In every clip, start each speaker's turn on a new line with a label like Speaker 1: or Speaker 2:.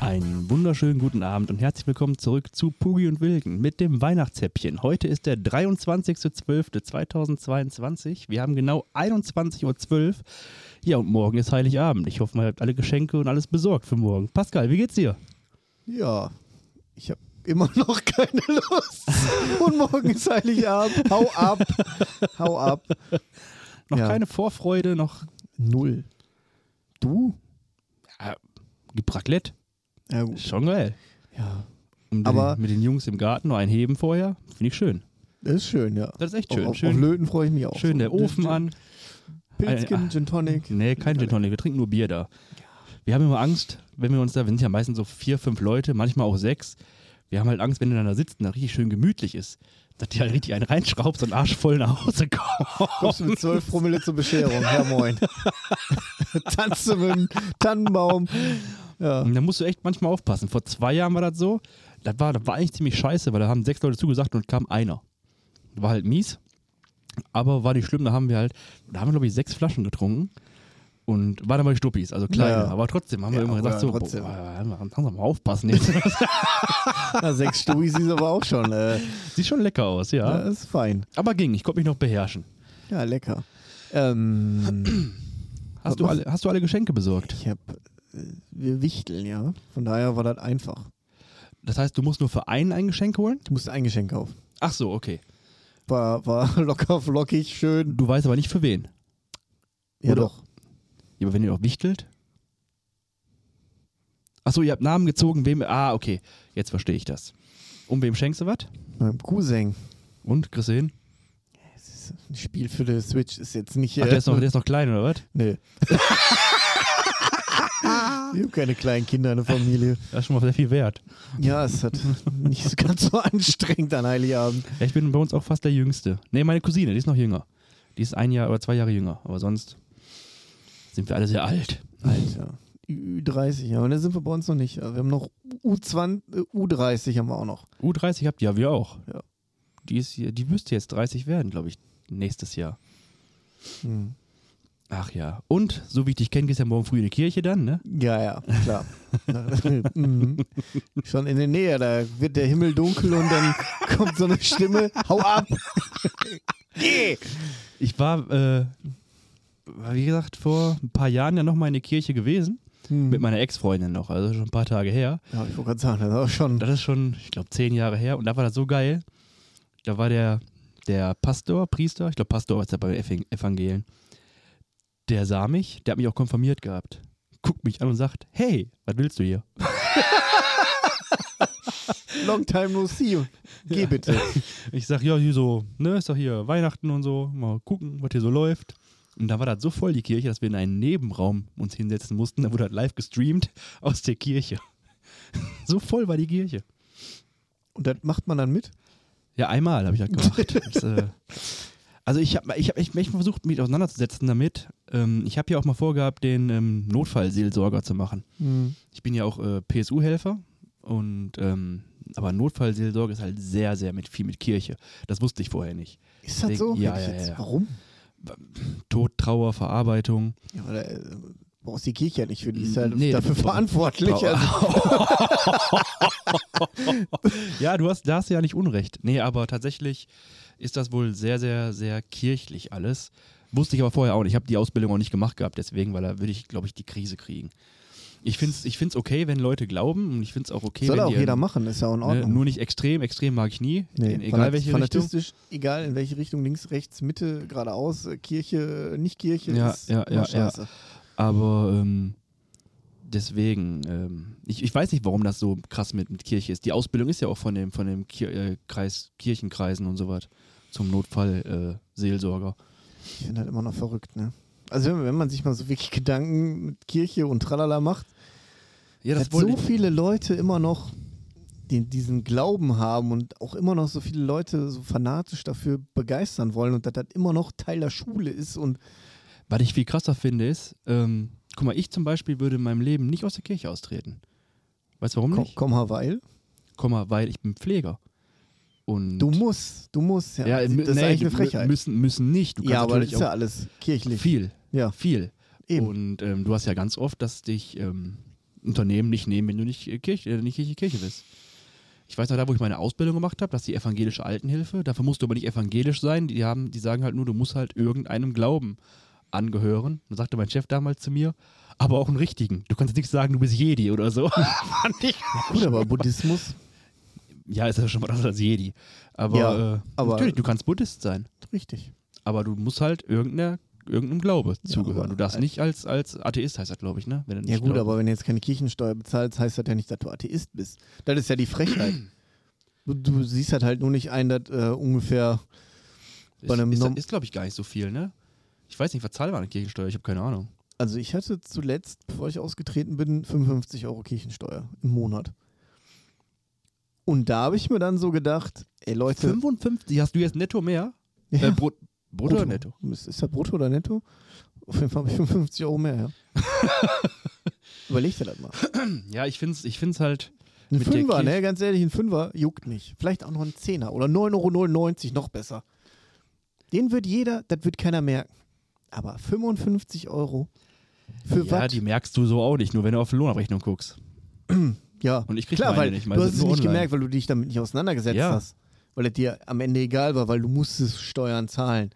Speaker 1: Einen wunderschönen guten Abend und herzlich willkommen zurück zu Pugi und Wilken mit dem Weihnachtshäppchen. Heute ist der 23.12.2022. Wir haben genau 21.12 Uhr. Ja, und morgen ist Heiligabend. Ich hoffe, ihr habt alle Geschenke und alles besorgt für morgen. Pascal, wie geht's dir?
Speaker 2: Ja, ich habe immer noch keine Lust. Und morgen ist Heiligabend. Hau ab. Hau ab.
Speaker 1: Noch
Speaker 2: Ja.
Speaker 1: keine Vorfreude, noch
Speaker 2: Null. Du?
Speaker 1: äh, gibt Raclette.
Speaker 2: Ja, gut.
Speaker 1: Schon geil.
Speaker 2: Ja.
Speaker 1: Und
Speaker 2: Aber-
Speaker 1: den, mit den Jungs im Garten noch ein Heben vorher, finde ich schön.
Speaker 2: Das ist schön, ja.
Speaker 1: Das ist echt schön.
Speaker 2: Auf, auf, auf
Speaker 1: schön,
Speaker 2: Löten freue ich mich auch.
Speaker 1: schön der Ofen
Speaker 2: Gin-
Speaker 1: an.
Speaker 2: Pilzkin,
Speaker 1: Ah.
Speaker 2: Gin Tonic.
Speaker 1: Nee, kein Gin Tonic, wir trinken nur Bier da. Wir haben immer Angst, wenn wir uns da, wir sind ja meistens so vier, fünf Leute, manchmal auch sechs. Wir haben halt Angst, wenn du dann da sitzt und da richtig schön gemütlich ist, dass dir halt richtig einen reinschraubst und Arsch voll nach Hause kommst.
Speaker 2: Kommst du mit 12 Promille zur Bescherung. Ja, moin. Tanzt du mit dem Tannenbaum. Ja.
Speaker 1: Und da musst du echt manchmal aufpassen. Vor zwei Jahren war das so, das war, das war eigentlich ziemlich scheiße, weil da haben sechs Leute zugesagt und kam einer. War halt mies, aber war nicht schlimm, da haben wir halt, da haben wir glaube ich sechs Flaschen getrunken. Und waren aber die Stuppis, also kleine.
Speaker 2: Ja.
Speaker 1: Aber trotzdem haben wir
Speaker 2: Ja,
Speaker 1: immer gesagt,
Speaker 2: aber
Speaker 1: so,
Speaker 2: trotzdem.
Speaker 1: boah, langsam mal aufpassen jetzt.
Speaker 2: Na, sechs Stubis ist aber auch schon. Äh,
Speaker 1: Sieht schon lecker aus, ja.
Speaker 2: ja, ist fein.
Speaker 1: Aber ging, ich konnte mich noch beherrschen.
Speaker 2: Ja, lecker. Ähm,
Speaker 1: Hast du, alle, hast du alle Geschenke besorgt?
Speaker 2: ich habe. Wir wichteln, ja. Von daher war das einfach.
Speaker 1: Das heißt, du musst nur für einen ein Geschenk holen?
Speaker 2: Ich musste ein Geschenk kaufen.
Speaker 1: Ach so, okay.
Speaker 2: War, war locker, flockig, schön.
Speaker 1: Du weißt aber nicht für wen.
Speaker 2: Ja,
Speaker 1: Oder-
Speaker 2: doch.
Speaker 1: Ja, aber wenn ihr doch wichtelt? Ach so, ihr habt Namen gezogen, wem... Ah, okay, jetzt verstehe ich das. Um wem schenkst du was?
Speaker 2: Meinem Cousin.
Speaker 1: Und, kriegst du hin?
Speaker 2: Das ist ein Spiel für die Switch ist jetzt nicht. äh,
Speaker 1: Ach, der ist noch, der ist noch klein, oder was?
Speaker 2: Nee. Ich habe keine kleinen Kinder in der Familie.
Speaker 1: Das ist schon mal sehr viel wert.
Speaker 2: Ja, es hat nicht so ganz so anstrengend an Heiligabend.
Speaker 1: Ja, ich bin bei uns auch fast der Jüngste. Nee, meine Cousine, die ist noch jünger. Die ist ein Jahr oder zwei Jahre jünger. Aber sonst sind wir alle sehr alt.
Speaker 2: Alter. Ü30, ja, aber da sind wir bei uns noch nicht. Ja, Wir haben noch U20, äh, U30 haben wir auch noch.
Speaker 1: U30 habt ihr, ja, wir auch.
Speaker 2: Ja.
Speaker 1: Die, ist, hier- die müsste jetzt 30 werden, glaube ich, nächstes Jahr.
Speaker 2: Hm.
Speaker 1: Ach ja. Und, so wie ich dich kenne, gehst du ja morgen früh in die Kirche dann, ne?
Speaker 2: Ja, ja, klar. Mhm. Schon in der Nähe, da wird der Himmel dunkel und dann kommt so eine Stimme, hau ab.
Speaker 1: Ich war, äh, war, wie gesagt, vor ein paar Jahren ja nochmal in der Kirche gewesen. Mit meiner Ex-Freundin noch, also schon ein paar Tage her.
Speaker 2: Ja, ich wollte gerade sagen, das ist auch schon.
Speaker 1: Das ist schon, ich glaube, zehn Jahre her. Und da war das so geil. Da war der, der Pastor, Priester, ich glaube, Pastor war es ja bei den Ev- Evangelien. Der sah mich, der hat mich auch konfirmiert gehabt. Guckt mich an und sagt: Hey, was willst du hier?
Speaker 2: Long time no see. Geh bitte.
Speaker 1: Ich sag, ja, hier so, ne, ist doch hier Weihnachten und so, mal gucken, was hier so läuft. Und da war das so voll, die Kirche, dass wir in einen Nebenraum uns hinsetzen mussten. Da wurde das live gestreamt aus der Kirche. So voll war die Kirche.
Speaker 2: Und das macht man dann mit?
Speaker 1: Ja, einmal habe ich das gemacht. das, äh, also ich habe ich hab echt, echt versucht, mich auseinanderzusetzen damit. Ähm, ich habe ja auch mal vorgehabt, den ähm, Notfallseelsorger zu machen. Ich bin ja auch äh, PSU-Helfer und ähm, aber Notfallseelsorge ist halt sehr, sehr mit viel mit Kirche. Das wusste ich vorher nicht.
Speaker 2: Ist das
Speaker 1: Denk-
Speaker 2: so?
Speaker 1: ja,
Speaker 2: Hätte ich
Speaker 1: ja,
Speaker 2: jetzt,
Speaker 1: ja.
Speaker 2: Warum?
Speaker 1: Tod, Trauer, Verarbeitung.
Speaker 2: Ja, aber da äh, brauchst die Kirche ja nicht für die. Ist halt
Speaker 1: Nee,
Speaker 2: dafür
Speaker 1: brauch-
Speaker 2: verantwortlich.
Speaker 1: brauch-
Speaker 2: Also,
Speaker 1: Ja, du hast, da hast du ja nicht Unrecht. Nee, aber tatsächlich ist das wohl sehr, sehr, sehr kirchlich alles. Wusste ich aber vorher auch nicht. Ich habe die Ausbildung auch nicht gemacht gehabt, deswegen, weil da würde ich, glaube ich, die Krise kriegen. Ich finde es ich find's okay, wenn Leute glauben und ich finde es auch okay,
Speaker 2: soll
Speaker 1: wenn
Speaker 2: auch
Speaker 1: die,
Speaker 2: jeder machen, ist ja auch in
Speaker 1: Ne,
Speaker 2: Ordnung.
Speaker 1: nur nicht extrem, extrem mag ich nie,
Speaker 2: Nee,
Speaker 1: in, egal
Speaker 2: fanat-
Speaker 1: welche Richtung.
Speaker 2: fanatistisch, egal in welche Richtung, links, rechts, Mitte, geradeaus, äh, Kirche, äh, nicht Kirche,
Speaker 1: Ja,
Speaker 2: ist
Speaker 1: ja,
Speaker 2: immer
Speaker 1: ja, ja.
Speaker 2: scheiße.
Speaker 1: Aber ähm, deswegen, ähm, ich, ich weiß nicht, warum das so krass mit, mit Kirche ist. Die Ausbildung ist ja auch von dem, von dem Kir äh, Kreis, Kirchenkreisen und so was zum Notfall äh, Seelsorger.
Speaker 2: Ich finde das immer noch verrückt, ne? Also wenn, wenn man sich mal so wirklich Gedanken mit Kirche und Tralala macht,
Speaker 1: Ja,
Speaker 2: dass so viele Leute immer noch den, diesen Glauben haben und auch immer noch so viele Leute so fanatisch dafür begeistern wollen und dass das immer noch Teil der Schule ist und
Speaker 1: Was ich viel krasser finde ist, ähm, guck mal, ich zum Beispiel würde in meinem Leben nicht aus der Kirche austreten. Weißt du warum
Speaker 2: komm,
Speaker 1: nicht?
Speaker 2: komm Hawaii,
Speaker 1: Komm mal, weil ich bin Pfleger. Und
Speaker 2: du musst, du musst, ja,
Speaker 1: ja,
Speaker 2: das
Speaker 1: mü-
Speaker 2: ist
Speaker 1: nee,
Speaker 2: eigentlich eine
Speaker 1: mü-
Speaker 2: Frechheit.
Speaker 1: Müssen, müssen nicht. Du kannst
Speaker 2: Ja, aber das
Speaker 1: natürlich
Speaker 2: ist ja
Speaker 1: auch
Speaker 2: alles kirchlich.
Speaker 1: viel,
Speaker 2: Ja,
Speaker 1: viel.
Speaker 2: eben.
Speaker 1: Und ähm, du hast ja ganz oft, dass dich ähm, Unternehmen nicht nehmen, wenn du nicht, äh, Kirche, äh, nicht Kirche, Kirche bist. Ich weiß noch, da wo ich meine Ausbildung gemacht habe, dass die evangelische Altenhilfe, dafür musst du aber nicht evangelisch sein, die, haben, die sagen halt nur, du musst halt irgendeinem Glauben angehören. Da sagte mein Chef damals zu mir, aber auch einen richtigen. Du kannst jetzt nicht sagen, du bist Jedi oder so. Fand ich.
Speaker 2: Gut, aber Buddhismus,
Speaker 1: Ja, ist ja schon was anderes als Jedi. Aber,
Speaker 2: Ja,
Speaker 1: äh,
Speaker 2: aber-
Speaker 1: natürlich, du kannst Buddhist sein.
Speaker 2: richtig.
Speaker 1: Aber du musst halt irgendeiner, irgendeinem Glaube zugehören.
Speaker 2: aber-
Speaker 1: Du darfst nicht als, als Atheist heißt das, glaube ich, ne? Wenn du nicht
Speaker 2: Ja gut,
Speaker 1: glaubst.
Speaker 2: aber wenn du jetzt keine Kirchensteuer bezahlst, heißt das ja nicht, dass du Atheist bist. Das ist ja die Frechheit. Du, du siehst halt halt nur nicht ein, dass äh, ungefähr bei einem
Speaker 1: ist,
Speaker 2: Norm-
Speaker 1: ist, ist glaube ich, gar nicht so viel, ne? Ich weiß nicht, was zahlbar eine Kirchensteuer, ich habe keine Ahnung.
Speaker 2: Also ich hatte zuletzt, bevor ich ausgetreten bin, 55 Euro Kirchensteuer im Monat. Und da habe ich mir dann so gedacht, ey Leute,
Speaker 1: 55 hast du jetzt netto mehr?
Speaker 2: ja,
Speaker 1: Äh, Brut, Brutto oder netto?
Speaker 2: Ist, ist das brutto oder netto? Auf jeden Fall habe ich 55 Euro mehr, ja. Überleg dir das mal.
Speaker 1: Ja, ich finde es ich find's halt.
Speaker 2: Ein
Speaker 1: Mit der
Speaker 2: Fünfer,
Speaker 1: Kirche-
Speaker 2: ne? Ganz ehrlich, ein Fünfer juckt nicht. Vielleicht auch noch ein Zehner oder 9,99 Euro, noch besser. Den wird jeder, das wird keiner merken. Aber 55 Euro für
Speaker 1: ja,
Speaker 2: was?
Speaker 1: die merkst du so auch nicht, nur wenn du auf die Lohnabrechnung guckst.
Speaker 2: Ja,
Speaker 1: Und ich krieg
Speaker 2: klar,
Speaker 1: meine
Speaker 2: weil
Speaker 1: nicht, meine
Speaker 2: du hast
Speaker 1: sind
Speaker 2: es
Speaker 1: nur
Speaker 2: nicht
Speaker 1: online.
Speaker 2: gemerkt, weil du dich damit nicht auseinandergesetzt
Speaker 1: Ja.
Speaker 2: hast. Weil es dir am Ende egal war, weil du musstest Steuern zahlen.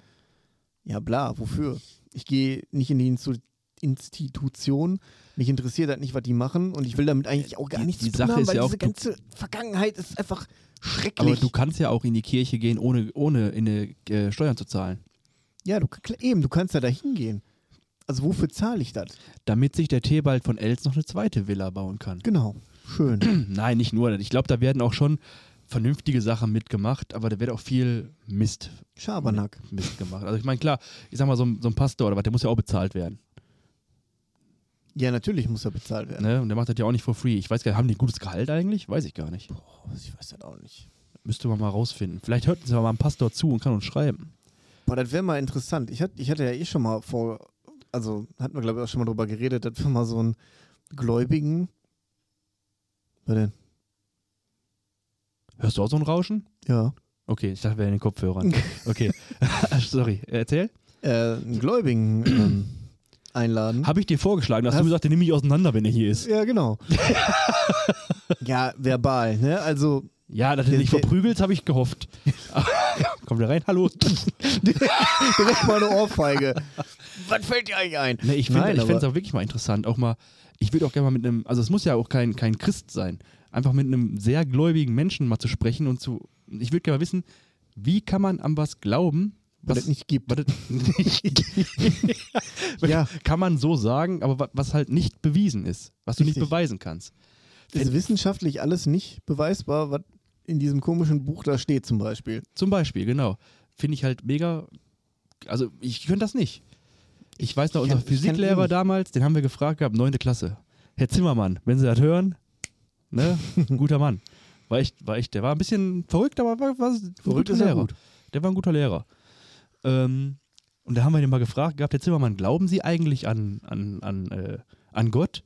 Speaker 2: Ja, bla, wofür? Ich gehe nicht in die Instu Institution, mich interessiert halt nicht, was die machen und ich will damit eigentlich auch gar
Speaker 1: Die-
Speaker 2: nichts
Speaker 1: die
Speaker 2: zu tun
Speaker 1: Sache
Speaker 2: haben,
Speaker 1: ist
Speaker 2: weil
Speaker 1: ja auch,
Speaker 2: diese
Speaker 1: du-
Speaker 2: ganze Vergangenheit ist einfach schrecklich.
Speaker 1: Aber du kannst ja auch in die Kirche gehen, ohne, ohne in eine, äh, Steuern zu zahlen.
Speaker 2: ja, du, klar, eben, du kannst ja da hingehen. Also wofür zahle ich das?
Speaker 1: Damit sich der Theobald von Els noch eine zweite Villa bauen kann.
Speaker 2: Genau, schön.
Speaker 1: Nein, nicht nur. das. Ich glaube, da werden auch schon vernünftige Sachen mitgemacht, aber da wird auch viel Mist,
Speaker 2: Schabernack.
Speaker 1: Mist gemacht. Also ich meine, klar, ich sag mal, so ein, so ein Pastor oder was, der muss ja auch bezahlt werden.
Speaker 2: Ja, natürlich muss er bezahlt werden.
Speaker 1: Ne? Und der macht das ja auch nicht for free. Ich weiß gar nicht, haben die ein gutes Gehalt eigentlich? Weiß ich gar nicht.
Speaker 2: Ich weiß das auch nicht.
Speaker 1: Müsste man mal rausfinden. Vielleicht hört uns ja mal ein Pastor zu und kann uns schreiben.
Speaker 2: Boah, das wäre mal interessant. Ich, hatte, ich hatte ja eh schon mal vor, also hatten wir glaube ich auch schon mal drüber geredet, dass wir mal so einen Gläubigen. Wer denn?
Speaker 1: Hörst du auch so ein Rauschen?
Speaker 2: Ja.
Speaker 1: Okay, ich dachte, wir wären in den Kopfhörern. Okay, sorry, erzähl.
Speaker 2: Äh, einen Gläubigen ähm, einladen.
Speaker 1: Habe ich dir vorgeschlagen, dass
Speaker 2: Hast-
Speaker 1: du gesagt, den nehme ich auseinander, wenn er hier ist.
Speaker 2: ja, genau. ja, verbal, ne? Also,
Speaker 1: Ja, dass du dich
Speaker 2: Der-
Speaker 1: verprügelt, habe ich gehofft. Komm da rein, hallo.
Speaker 2: direkt mal eine Ohrfeige. Was fällt dir eigentlich ein?
Speaker 1: Nee, ich finde
Speaker 2: Nein,
Speaker 1: es
Speaker 2: aber-
Speaker 1: auch wirklich mal interessant. Auch mal, ich würde auch gerne mal mit einem, also es muss ja auch kein, kein Christ sein, einfach mit einem sehr gläubigen Menschen mal zu sprechen und zu, ich würde gerne mal wissen, wie kann man an was glauben,
Speaker 2: Was
Speaker 1: was,
Speaker 2: es nicht gibt.
Speaker 1: was es nicht
Speaker 2: Ja.
Speaker 1: Kann man so sagen, aber wa- was halt nicht bewiesen ist, was du
Speaker 2: Richtig.
Speaker 1: nicht beweisen kannst.
Speaker 2: Ist wissenschaftlich alles nicht beweisbar, was in diesem komischen Buch da steht zum Beispiel.
Speaker 1: Zum Beispiel, genau. Finde ich halt mega. Also, ich könnte das nicht. Ich weiß noch,
Speaker 2: Ich
Speaker 1: unser
Speaker 2: kann- ich kann eh
Speaker 1: Physiklehrer
Speaker 2: nicht.
Speaker 1: damals, den haben wir gefragt gehabt, neunte Klasse. Herr Zimmermann, wenn Sie das hören, ne, guter Mann. War ich, war ich, der war ein bisschen verrückt, aber war, war ein
Speaker 2: Verrückt
Speaker 1: guter
Speaker 2: ist er
Speaker 1: Lehrer.
Speaker 2: gut.
Speaker 1: Der war ein guter Lehrer. Ähm, und da haben wir den mal gefragt gehabt, Herr Zimmermann, glauben Sie eigentlich an, an, an, äh, an Gott?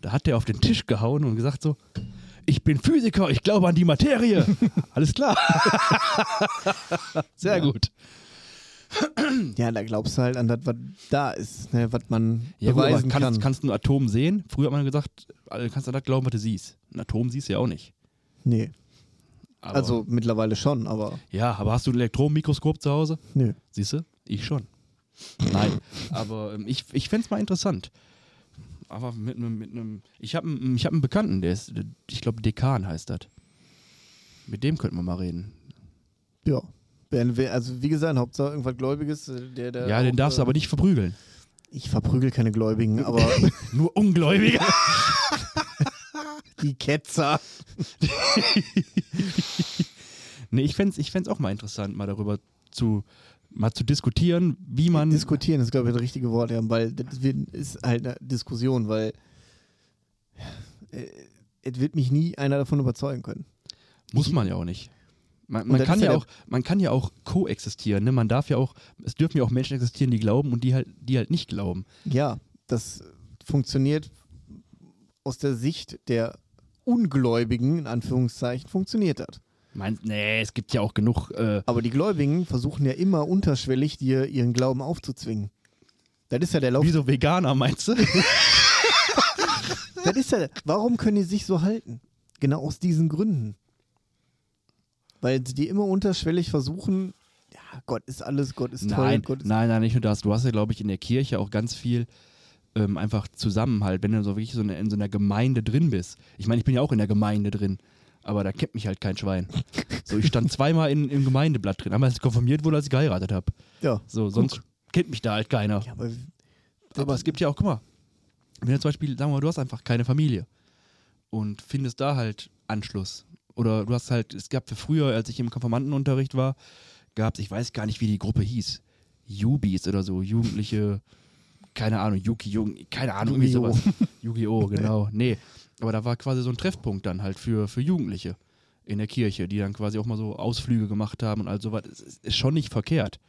Speaker 1: Da hat er auf den Tisch gehauen und gesagt so, ich bin Physiker, ich glaube an die Materie. Alles klar. Sehr
Speaker 2: Ja.
Speaker 1: gut.
Speaker 2: Ja, da glaubst du halt an das, was da ist, ne, was man
Speaker 1: Ja, gut, aber
Speaker 2: beweisen
Speaker 1: kannst,
Speaker 2: kann.
Speaker 1: kannst du ein Atom sehen? Früher hat man gesagt, äh, kannst du das glauben, was du siehst. Ein Atom siehst du ja auch nicht.
Speaker 2: Nee,
Speaker 1: Aber,
Speaker 2: also mittlerweile schon, aber
Speaker 1: Ja, aber hast du ein Elektronenmikroskop zu Hause?
Speaker 2: nö.
Speaker 1: Siehst du? Ich schon. Nein, aber ähm, ich, ich fände es mal interessant. Aber mit einem, mit einem, ich habe einen, ich hab einen Bekannten, der ist, ich glaube, Dekan heißt das. Mit dem könnten wir mal reden.
Speaker 2: Ja. Wenn wir- Also wie gesagt, Hauptsache irgendwas Gläubiges, äh, der da.
Speaker 1: ja, den darfst du aber nicht verprügeln.
Speaker 2: Ich verprügel keine Gläubigen, aber
Speaker 1: Nur Ungläubige.
Speaker 2: die Ketzer.
Speaker 1: Nee, ich fände es ich fänd's auch mal interessant, mal darüber zu, mal zu diskutieren, wie man.
Speaker 2: Diskutieren ist, glaube ich, das richtige Wort, ja, weil das wird- ist halt eine Diskussion, weil äh, es wird mich nie einer davon überzeugen können.
Speaker 1: Muss man ja auch nicht. Man,
Speaker 2: Und
Speaker 1: man,
Speaker 2: das
Speaker 1: kann
Speaker 2: ist ja
Speaker 1: ja
Speaker 2: der-
Speaker 1: auch, man kann ja auch koexistieren. Ne? Man darf ja auch, es dürfen ja auch Menschen existieren, die glauben und die halt, die halt nicht glauben.
Speaker 2: Ja, das funktioniert aus der Sicht der Ungläubigen, in Anführungszeichen, funktioniert das.
Speaker 1: Meinst, nee, es gibt ja auch genug äh,
Speaker 2: Aber die Gläubigen versuchen ja immer unterschwellig, dir ihren Glauben aufzuzwingen. Das ist ja der Lauf,
Speaker 1: Wieso Veganer meinst du?
Speaker 2: das das ist ja, warum können die sich so halten? Genau aus diesen Gründen. Weil die immer unterschwellig versuchen, ja, Gott ist alles, Gott ist toll,
Speaker 1: nein,
Speaker 2: Gott ist
Speaker 1: nein, nein, nicht nur das. Du hast ja, glaube ich, in der Kirche auch ganz viel ähm, einfach Zusammenhalt, wenn du so wirklich so in, in so einer Gemeinde drin bist. Ich meine, ich bin ja auch in der Gemeinde drin, aber da kennt mich halt kein Schwein. So, ich stand zweimal in, im Gemeindeblatt drin. Einmal als ich konfirmiert wurde, als ich geheiratet habe.
Speaker 2: Ja,
Speaker 1: So, sonst kennt mich da halt keiner.
Speaker 2: ja, aber
Speaker 1: Aber es gibt ja auch, guck mal, wenn du zum Beispiel, sagen wir mal, du hast einfach keine Familie und findest da halt Anschluss. Oder du hast halt, es gab für früher, als ich im Konfirmandenunterricht war, gab es, ich weiß gar nicht, wie die Gruppe hieß, Jubis oder so, Jugendliche, keine Ahnung, Yuki, Jugend, keine Ahnung, irgendwie
Speaker 2: Yu-Gi-Oh.
Speaker 1: sowas. Yu-Gi-Oh, genau, nee. Aber da war quasi so ein Treffpunkt dann halt für, für Jugendliche in der Kirche, die dann quasi auch mal so Ausflüge gemacht haben und all sowas. Es ist- ist schon nicht verkehrt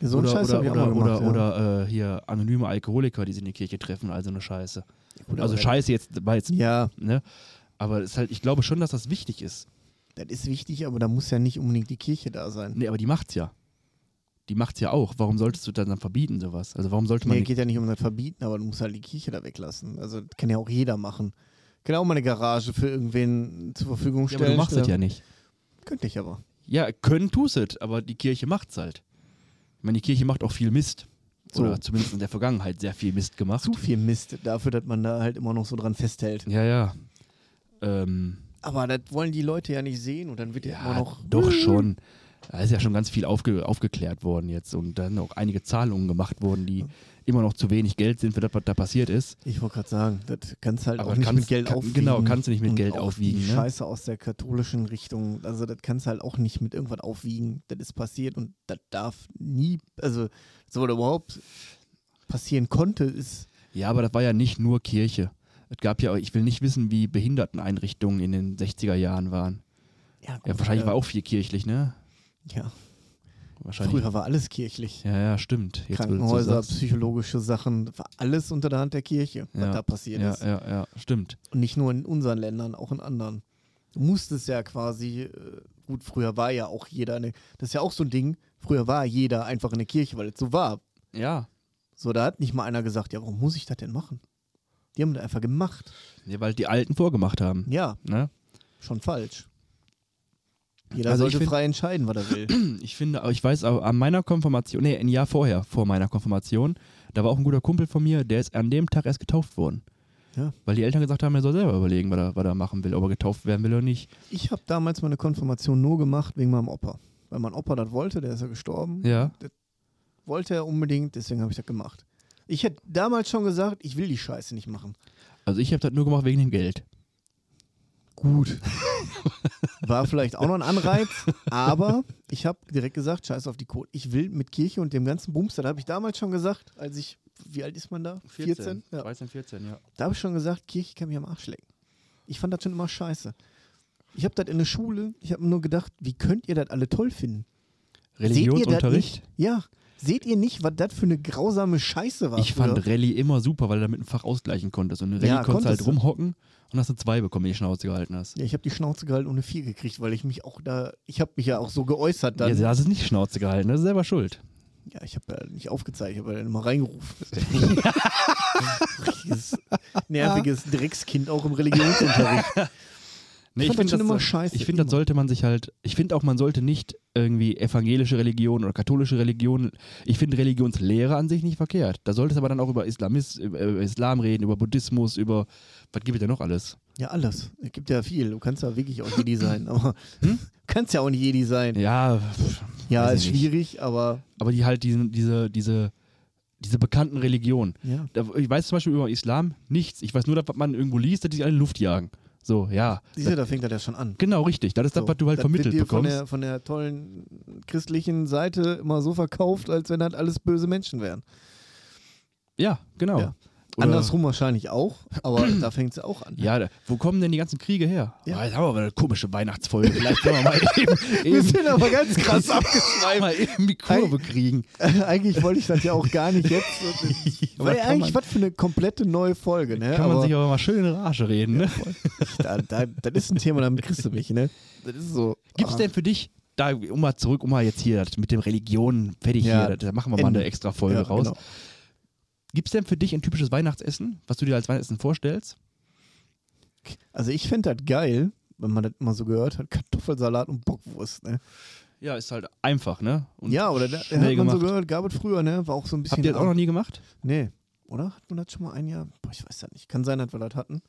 Speaker 2: so einen
Speaker 1: oder
Speaker 2: Scheiß
Speaker 1: oder,
Speaker 2: haben wir auch
Speaker 1: oder,
Speaker 2: mal gemacht.
Speaker 1: oder,
Speaker 2: ja.
Speaker 1: oder äh, hier anonyme Alkoholiker, die sie in die Kirche treffen, also eine Scheiße.
Speaker 2: Gut,
Speaker 1: also
Speaker 2: aber
Speaker 1: Scheiße jetzt, war jetzt
Speaker 2: Ja,
Speaker 1: ne? Aber es ist halt, ich glaube schon, dass das wichtig ist.
Speaker 2: das ist wichtig, aber da muss ja nicht unbedingt die Kirche da sein.
Speaker 1: Nee, aber die macht's ja. Die macht's ja auch. Warum solltest du das dann verbieten, sowas? Also warum sollte man
Speaker 2: Nee,
Speaker 1: die,
Speaker 2: geht ja nicht um das Verbieten, aber du musst halt die Kirche da weglassen. Also das kann ja auch jeder machen. Kann ja auch mal eine Garage für irgendwen zur Verfügung
Speaker 1: ja,
Speaker 2: stellen.
Speaker 1: aber du machst
Speaker 2: ja.
Speaker 1: es ja nicht.
Speaker 2: Könnte ich aber.
Speaker 1: Ja, können tust es, aber die Kirche macht's halt. Ich meine, die Kirche macht auch viel Mist.
Speaker 2: So.
Speaker 1: Oder zumindest in der Vergangenheit sehr viel Mist gemacht.
Speaker 2: Zu viel Mist dafür, dass man da halt immer noch so dran festhält.
Speaker 1: Ja, ja. Ähm,
Speaker 2: Aber das wollen die Leute ja nicht sehen und dann wird ja,
Speaker 1: Ja,
Speaker 2: immer noch.
Speaker 1: doch schon. Da ist ja schon ganz viel aufge aufgeklärt worden jetzt und dann auch einige Zahlungen gemacht worden, die immer noch zu wenig Geld sind für das, was da passiert ist.
Speaker 2: Ich wollte gerade sagen, das kannst halt
Speaker 1: Aber
Speaker 2: auch nicht
Speaker 1: kannst-
Speaker 2: mit Geld
Speaker 1: kann-
Speaker 2: aufwiegen.
Speaker 1: genau, kannst du nicht mit
Speaker 2: Und
Speaker 1: Geld
Speaker 2: auch
Speaker 1: aufwiegen,
Speaker 2: Die
Speaker 1: ne?
Speaker 2: Scheiße aus der katholischen Richtung, also das kannst du halt auch nicht mit irgendwas aufwiegen. Das ist passiert und das darf nie, also so was überhaupt passieren konnte, ist
Speaker 1: Ja, aber das war ja nicht nur Kirche. Es gab ja, auch- ich will nicht wissen, wie Behinderteneinrichtungen in den 60er Jahren waren. Ja,
Speaker 2: gut,
Speaker 1: wahrscheinlich
Speaker 2: äh,
Speaker 1: war auch viel kirchlich, ne?
Speaker 2: Ja,
Speaker 1: Wahrscheinlich.
Speaker 2: früher war alles kirchlich.
Speaker 1: Ja, ja, stimmt. Jetzt, wo du das so
Speaker 2: Krankenhäuser,
Speaker 1: sagst.
Speaker 2: psychologische Sachen, war alles unter der Hand der Kirche,
Speaker 1: Ja,
Speaker 2: was da passiert
Speaker 1: ja,
Speaker 2: ist.
Speaker 1: ja, ja, stimmt.
Speaker 2: Und nicht nur in unseren Ländern, auch in anderen. Du musstest ja quasi, äh, gut, früher war ja auch jeder eine, das ist ja auch so ein Ding, früher war jeder einfach in der Kirche, weil es so war.
Speaker 1: Ja.
Speaker 2: So, da hat nicht mal einer gesagt, ja, warum muss ich das denn machen? Die haben das einfach gemacht.
Speaker 1: ja, weil die Alten vorgemacht haben.
Speaker 2: Ja,
Speaker 1: Ne?
Speaker 2: schon falsch. Jeder
Speaker 1: Also ich
Speaker 2: sollte
Speaker 1: find-
Speaker 2: frei entscheiden, was er will.
Speaker 1: Ich finde, aber ich weiß auch an meiner Konfirmation, nee, ein Jahr vorher, vor meiner Konfirmation, da war auch ein guter Kumpel von mir, der ist an dem Tag erst getauft worden.
Speaker 2: Ja.
Speaker 1: Weil die Eltern gesagt haben, er soll selber überlegen, was er, was er machen will, ob er getauft werden will oder nicht.
Speaker 2: Ich habe damals meine Konfirmation nur gemacht wegen meinem Opa. Weil mein Opa das wollte, der ist ja gestorben.
Speaker 1: Ja.
Speaker 2: Wollte er unbedingt, deswegen habe ich das gemacht. Ich hätte damals schon gesagt, ich will die Scheiße nicht machen.
Speaker 1: Also ich habe das nur gemacht wegen dem Geld.
Speaker 2: Gut. War vielleicht auch noch ein Anreiz, aber ich habe direkt gesagt, scheiß auf die Kohle. Ich will mit Kirche und dem ganzen Bums, das habe ich damals schon gesagt, als ich, wie alt ist man da? 14? Ja.
Speaker 1: 13, 14, ja.
Speaker 2: Da habe ich schon gesagt, Kirche kann mich am Arsch lecken. Ich fand das schon immer scheiße. Ich habe das in der Schule, ich habe nur gedacht, wie könnt ihr das alle toll finden?
Speaker 1: Religionsunterricht?
Speaker 2: Seht ihr das nicht? Ja. Seht ihr nicht, was das für eine grausame Scheiße war?
Speaker 1: Ich fand
Speaker 2: früher?
Speaker 1: Rallye immer super, weil du damit ein Fach ausgleichen konntest. Und in Rallye
Speaker 2: Ja,
Speaker 1: konntest du halt
Speaker 2: konntest du.
Speaker 1: rumhocken und hast eine 2 bekommen, wenn du die Schnauze gehalten hast.
Speaker 2: ja, ich habe die Schnauze gehalten und eine 4 gekriegt, weil ich mich auch da, ich habe mich ja auch so geäußert dann.
Speaker 1: ja, du hast es nicht Schnauze gehalten, das ist selber schuld.
Speaker 2: Ja, ich habe ja nicht aufgezeigt, ich habe ja dann immer reingerufen. Richtiges, nerviges Dreckskind auch im Religionsunterricht.
Speaker 1: Nee,
Speaker 2: Ich fand das schon
Speaker 1: das
Speaker 2: immer
Speaker 1: so-
Speaker 2: scheiße,
Speaker 1: Ich finde, das
Speaker 2: immer.
Speaker 1: sollte man sich halt. Ich finde auch, man sollte nicht irgendwie evangelische Religion oder katholische Religion. Ich finde Religionslehre an sich nicht verkehrt. Da sollte es aber dann auch über, Islamis, über über Islam reden, über Buddhismus, über. Was gibt es denn noch alles?
Speaker 2: Ja, alles. Es gibt ja viel. Du kannst ja wirklich auch Jedi sein, aber du kannst ja auch nicht Jedi sein.
Speaker 1: Ja, pff,
Speaker 2: Ja,
Speaker 1: weiß
Speaker 2: ist
Speaker 1: ich nicht.
Speaker 2: schwierig, aber
Speaker 1: aber die halt diesen, diese, diese, diese bekannten Religionen.
Speaker 2: ja.
Speaker 1: Da- Ich weiß zum Beispiel über Islam nichts. Ich weiß nur, dass was man irgendwo liest, dass die sich alle in die Luft jagen. So, ja.
Speaker 2: Siehst du, da fängt das ja schon an.
Speaker 1: Genau, richtig. Das ist das,
Speaker 2: So,
Speaker 1: was du halt
Speaker 2: das
Speaker 1: vermittelt
Speaker 2: wird dir
Speaker 1: bekommst.
Speaker 2: Von der, von der tollen christlichen Seite immer so verkauft, als wenn halt alles böse Menschen wären.
Speaker 1: ja, genau.
Speaker 2: Ja.
Speaker 1: Oder-
Speaker 2: Andersrum wahrscheinlich auch, aber da fängt es auch an.
Speaker 1: Ja, da, wo kommen denn die ganzen Kriege her?
Speaker 2: Ja.
Speaker 1: Ja. Jetzt haben wir aber eine komische Weihnachtsfolge. Vielleicht können wir mal eben,
Speaker 2: Wir
Speaker 1: eben,
Speaker 2: sind aber ganz krass abgeschlossen.
Speaker 1: mal eben die Kurve kriegen.
Speaker 2: Äh, eigentlich wollte ich das ja auch gar nicht jetzt. Und,
Speaker 1: Aber
Speaker 2: weil
Speaker 1: kann
Speaker 2: eigentlich
Speaker 1: man-
Speaker 2: was für eine komplette neue Folge, ne?
Speaker 1: Kann
Speaker 2: aber
Speaker 1: man sich aber mal schön in Rage reden. Ne?
Speaker 2: da, da, das ist ein Thema, damit kriegst du mich, ne? Das ist so.
Speaker 1: Gibt es
Speaker 2: ah.
Speaker 1: denn für dich, da, um mal zurück, um mal jetzt hier das mit dem Religion fertig
Speaker 2: Ja,
Speaker 1: hier, da, da machen wir mal
Speaker 2: Ende.
Speaker 1: eine extra Folge
Speaker 2: Ja,
Speaker 1: raus.
Speaker 2: genau.
Speaker 1: Gibt es denn für dich ein typisches Weihnachtsessen, was du dir als Weihnachtsessen vorstellst?
Speaker 2: Also ich fände das geil, wenn man das immer so gehört hat, Kartoffelsalat und Bockwurst, ne?
Speaker 1: Ja, ist halt einfach, ne? Und
Speaker 2: ja, oder da, hat
Speaker 1: schnell
Speaker 2: man so
Speaker 1: gemacht.
Speaker 2: gehört, gab es früher, ne? War auch so ein bisschen.
Speaker 1: Habt ihr das auch noch nie gemacht?
Speaker 2: Nee, oder? Hat man das schon mal ein Jahr? Boah, ich weiß das nicht. Kann sein, dass wir das hatten.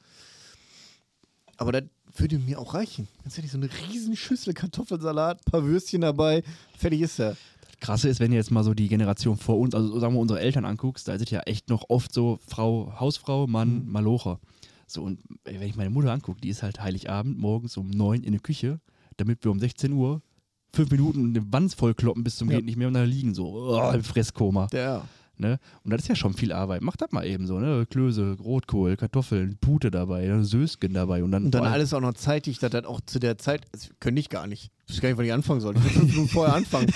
Speaker 2: Aber das würde mir auch reichen. Ganz ehrlich, so eine riesen Schüssel Kartoffelsalat, ein paar Würstchen dabei, fertig ist er.
Speaker 1: Krasse ist, wenn du jetzt mal so die Generation vor uns, also sagen wir unsere Eltern anguckst, da sind ja echt noch oft so Frau, Hausfrau,
Speaker 2: Mhm.
Speaker 1: Mann, Malocher. So, und ey, wenn ich meine Mutter angucke, die ist halt Heiligabend morgens um neun in der Küche, damit wir um 16 Uhr fünf Minuten den Wanz vollkloppen bis zum
Speaker 2: Ja.
Speaker 1: geht nicht mehr und dann liegen so oh, im Fresskoma.
Speaker 2: Der.
Speaker 1: Ne? Und das ist ja schon viel Arbeit. Mach das mal eben so, ne? Klöße, Rotkohl, Kartoffeln, Pute dabei, ne? Sösken dabei und dann,
Speaker 2: Und dann
Speaker 1: boah,
Speaker 2: alles auch noch zeitig, dass das auch zu der Zeit, das könnte ich gar nicht. Ich weiß gar nicht, wann ich anfangen soll. Ich will fünf Minuten vorher anfangen.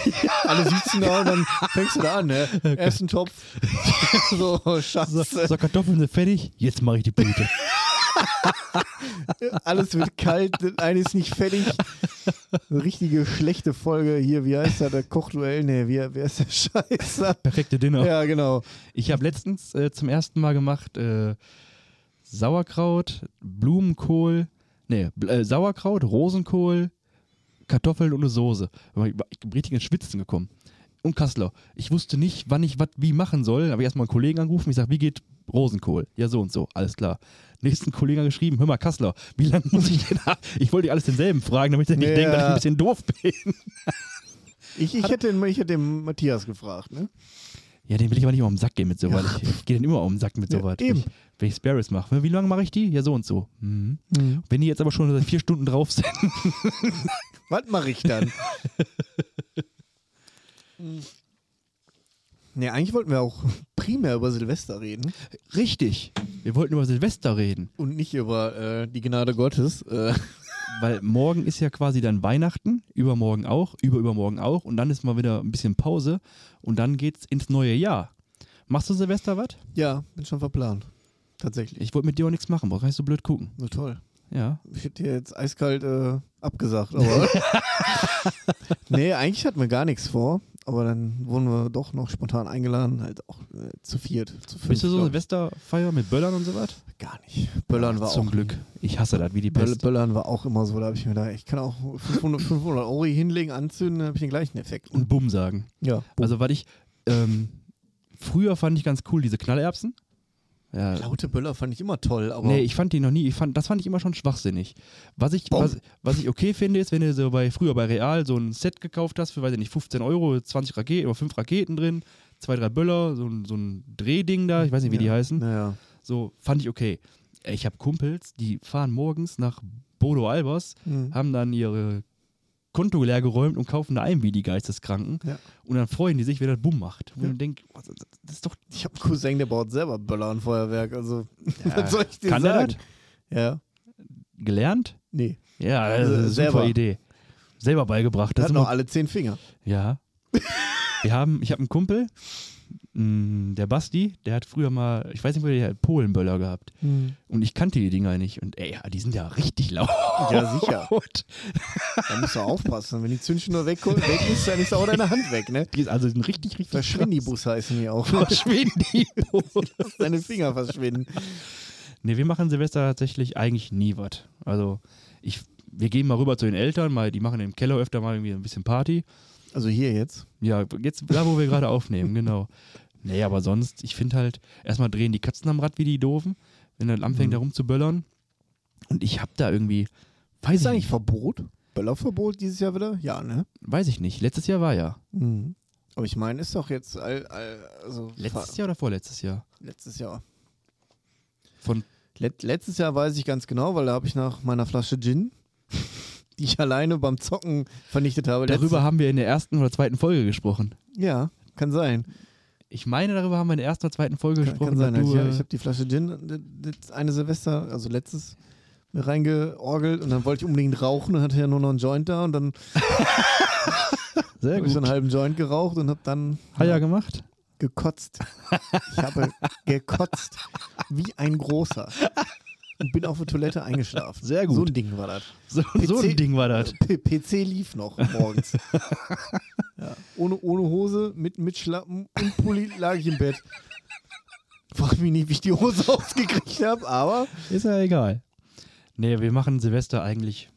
Speaker 2: Alle sitzen da und dann fängst du da an, ne? Ersten Topf. so,
Speaker 1: So,
Speaker 2: Scheiße.
Speaker 1: so Kartoffeln sind fertig, jetzt mache ich die Pute.
Speaker 2: Alles wird kalt, eine ist nicht fertig. Eine richtige schlechte Folge hier, wie heißt er, der Kochduell? Nee, wie, wer ist der Scheiße?
Speaker 1: Perfekte Dinner.
Speaker 2: Ja, genau.
Speaker 1: Ich habe letztens äh, zum ersten Mal gemacht äh, Sauerkraut, Blumenkohl, nee, Bl- äh, Sauerkraut, Rosenkohl, Kartoffeln und eine Soße. Aber Ich war ich bin richtig ins Schwitzen gekommen. Und Kassler. Ich wusste nicht, wann ich was wie machen soll. Da habe ich erstmal einen Kollegen angerufen. Ich sage, wie geht Rosenkohl? Ja, so und so. Alles klar. Nächsten Kollegen geschrieben, hör mal, Kassler, wie lange muss ich denn Ich wollte die alles denselben fragen, damit ich nicht
Speaker 2: Ja.
Speaker 1: denke, dass ich ein bisschen doof bin.
Speaker 2: Ich, ich, hätte, den- ich hätte den Matthias gefragt, ne?
Speaker 1: Ja, den will ich aber nicht mal um den Sack gehen mit sowas. Ich, ich gehe den immer um den Sack mit
Speaker 2: Ja,
Speaker 1: sowas. wenn,
Speaker 2: eben.
Speaker 1: ich, wenn ich Sparrows mache. Wie lange mache ich die? Ja, so und so. Mhm. Wenn die jetzt aber schon seit vier Stunden drauf sind.
Speaker 2: Was mache ich dann? ne, eigentlich wollten wir auch primär über Silvester reden
Speaker 1: Richtig. Wir wollten über Silvester reden.
Speaker 2: und nicht über äh, die Gnade Gottes. Äh,
Speaker 1: Weil morgen ist ja quasi dann Weihnachten, übermorgen auch, überübermorgen auch. Und dann ist mal wieder ein bisschen Pause. Und dann geht's ins neue Jahr. Machst du Silvester was?
Speaker 2: ja, bin schon verplant. Tatsächlich.
Speaker 1: Ich wollte mit dir auch nichts machen, brauch gar nicht so blöd gucken.
Speaker 2: So toll.
Speaker 1: Ja.
Speaker 2: Ich hätte dir jetzt eiskalt äh, abgesagt, aber. nee, eigentlich hatten wir gar nichts vor, aber dann wurden wir doch noch spontan eingeladen, halt auch äh, zu viert, zu fünft.
Speaker 1: Bist du so
Speaker 2: glaub ich.
Speaker 1: Silvesterfeier mit Böllern und so was?
Speaker 2: Gar nicht. Böllern war
Speaker 1: Zum
Speaker 2: auch.
Speaker 1: Glück. Ich hasse das wie die
Speaker 2: Böll,
Speaker 1: Pest.
Speaker 2: Böllern war auch immer so, da habe ich mir da, ich kann auch 500, 500 Euro hinlegen, anzünden, dann habe ich den gleichen Effekt.
Speaker 1: Und Bumm sagen.
Speaker 2: ja,
Speaker 1: Also, was ich. Ähm, früher fand ich ganz cool diese Knallerbsen. Ja.
Speaker 2: laute Böller fand ich immer toll, aber
Speaker 1: Nee, ich fand die noch nie. Ich fand, das fand ich immer schon schwachsinnig. Was ich,
Speaker 2: Bom.
Speaker 1: was, was ich okay finde, ist, wenn du so bei, früher bei Real so ein Set gekauft hast für, weiß ich nicht, 15 Euro, 20 Raketen oder 5 Raketen drin, zwei, drei Böller, so ein, so ein Drehding da, ich weiß nicht, wie die
Speaker 2: Ja,
Speaker 1: heißen.
Speaker 2: Naja.
Speaker 1: So, fand ich okay. Ey, Ich habe Kumpels, die fahren morgens nach Bodo Albers,
Speaker 2: Mhm.
Speaker 1: haben dann ihre Konto leer geräumt und kaufen da ein wie die Geisteskranken.
Speaker 2: Ja.
Speaker 1: Und dann freuen die sich, wenn das Bumm macht. Und
Speaker 2: Ja.
Speaker 1: man denkt, oh, das das ist doch.
Speaker 2: Ich habe einen Cousin, der baut selber Böller und Feuerwerk, also was soll ich dir
Speaker 1: Kann der
Speaker 2: sagen?
Speaker 1: das?
Speaker 2: Ja,
Speaker 1: Gelernt?
Speaker 2: nee.
Speaker 1: Ja,
Speaker 2: Also,
Speaker 1: das ist eine super
Speaker 2: selber.
Speaker 1: Idee. Selber beigebracht.
Speaker 2: Der
Speaker 1: Das
Speaker 2: hat
Speaker 1: ist
Speaker 2: noch
Speaker 1: immer,
Speaker 2: alle zehn Finger.
Speaker 1: ja. Wir haben, ich habe einen Kumpel, mh, der Basti, der hat früher mal, ich weiß nicht, wo der hat Polenböller gehabt. Und ich kannte die Dinger nicht. Und ey, die sind ja richtig laut.
Speaker 2: Ja, sicher. Da musst du aufpassen. Wenn die Zündschnur weg, weg ist, dann ist auch deine Hand weg, ne?
Speaker 1: Die ist also die sind richtig, richtig.
Speaker 2: Verschwindibus heißen die auch.
Speaker 1: krass. Verschwindibus.
Speaker 2: Deine Finger verschwinden.
Speaker 1: nee, wir machen Silvester tatsächlich eigentlich nie was. Also, ich, wir gehen mal rüber zu den Eltern, mal, die machen im Keller öfter mal irgendwie ein bisschen Party.
Speaker 2: Also hier jetzt.
Speaker 1: Ja, jetzt da, wo wir gerade aufnehmen, genau. Nee, aber sonst, ich finde halt, erstmal drehen die Katzen am Rad wie die Doofen, wenn dann
Speaker 2: Mhm.
Speaker 1: anfängt, da rumzuböllern. Und ich hab da irgendwie, weiß
Speaker 2: Ist
Speaker 1: ich
Speaker 2: eigentlich
Speaker 1: nicht,
Speaker 2: Verbot? Böllerverbot dieses Jahr wieder? Ja, ne? Mhm.
Speaker 1: weiß ich nicht. Letztes Jahr war ja.
Speaker 2: Aber ich meine, ist doch jetzt all, all, also
Speaker 1: Letztes
Speaker 2: fa-
Speaker 1: Jahr oder vorletztes Jahr?
Speaker 2: letztes Jahr.
Speaker 1: Von,
Speaker 2: Let letztes Jahr weiß ich ganz genau, weil da habe ich nach meiner Flasche Gin, die ich alleine beim Zocken vernichtet habe.
Speaker 1: darüber haben wir in der ersten oder zweiten Folge gesprochen.
Speaker 2: Letzte, ja, kann sein.
Speaker 1: Ich meine, darüber haben wir in der ersten oder zweiten Folge
Speaker 2: Kann,
Speaker 1: gesprochen.
Speaker 2: kann sein.
Speaker 1: dass
Speaker 2: also
Speaker 1: du,
Speaker 2: ich
Speaker 1: äh,
Speaker 2: ich habe die Flasche Gin äh, das eine Silvester, also letztes, mir reingeorgelt und dann wollte ich unbedingt rauchen und hatte ja nur noch einen Joint da und dann
Speaker 1: äh, sehr
Speaker 2: habe ich so
Speaker 1: gut.
Speaker 2: einen
Speaker 1: Ah,
Speaker 2: halben Joint geraucht und habe dann
Speaker 1: Haier gemacht.
Speaker 2: gekotzt. Ich habe gekotzt wie ein großer und bin auf der Toilette eingeschlafen.
Speaker 1: Sehr gut.
Speaker 2: So ein Ding war das.
Speaker 1: So, so ein
Speaker 2: PC
Speaker 1: Ding war das.
Speaker 2: P PC lief noch morgens. ja. ohne, ohne Hose, mit, mit Schlappen und Pulli lag ich im Bett. Frag mich nicht, wie ich die Hose ausgekriegt habe, aber
Speaker 1: Ist ja egal. Nee, wir machen Silvester eigentlich.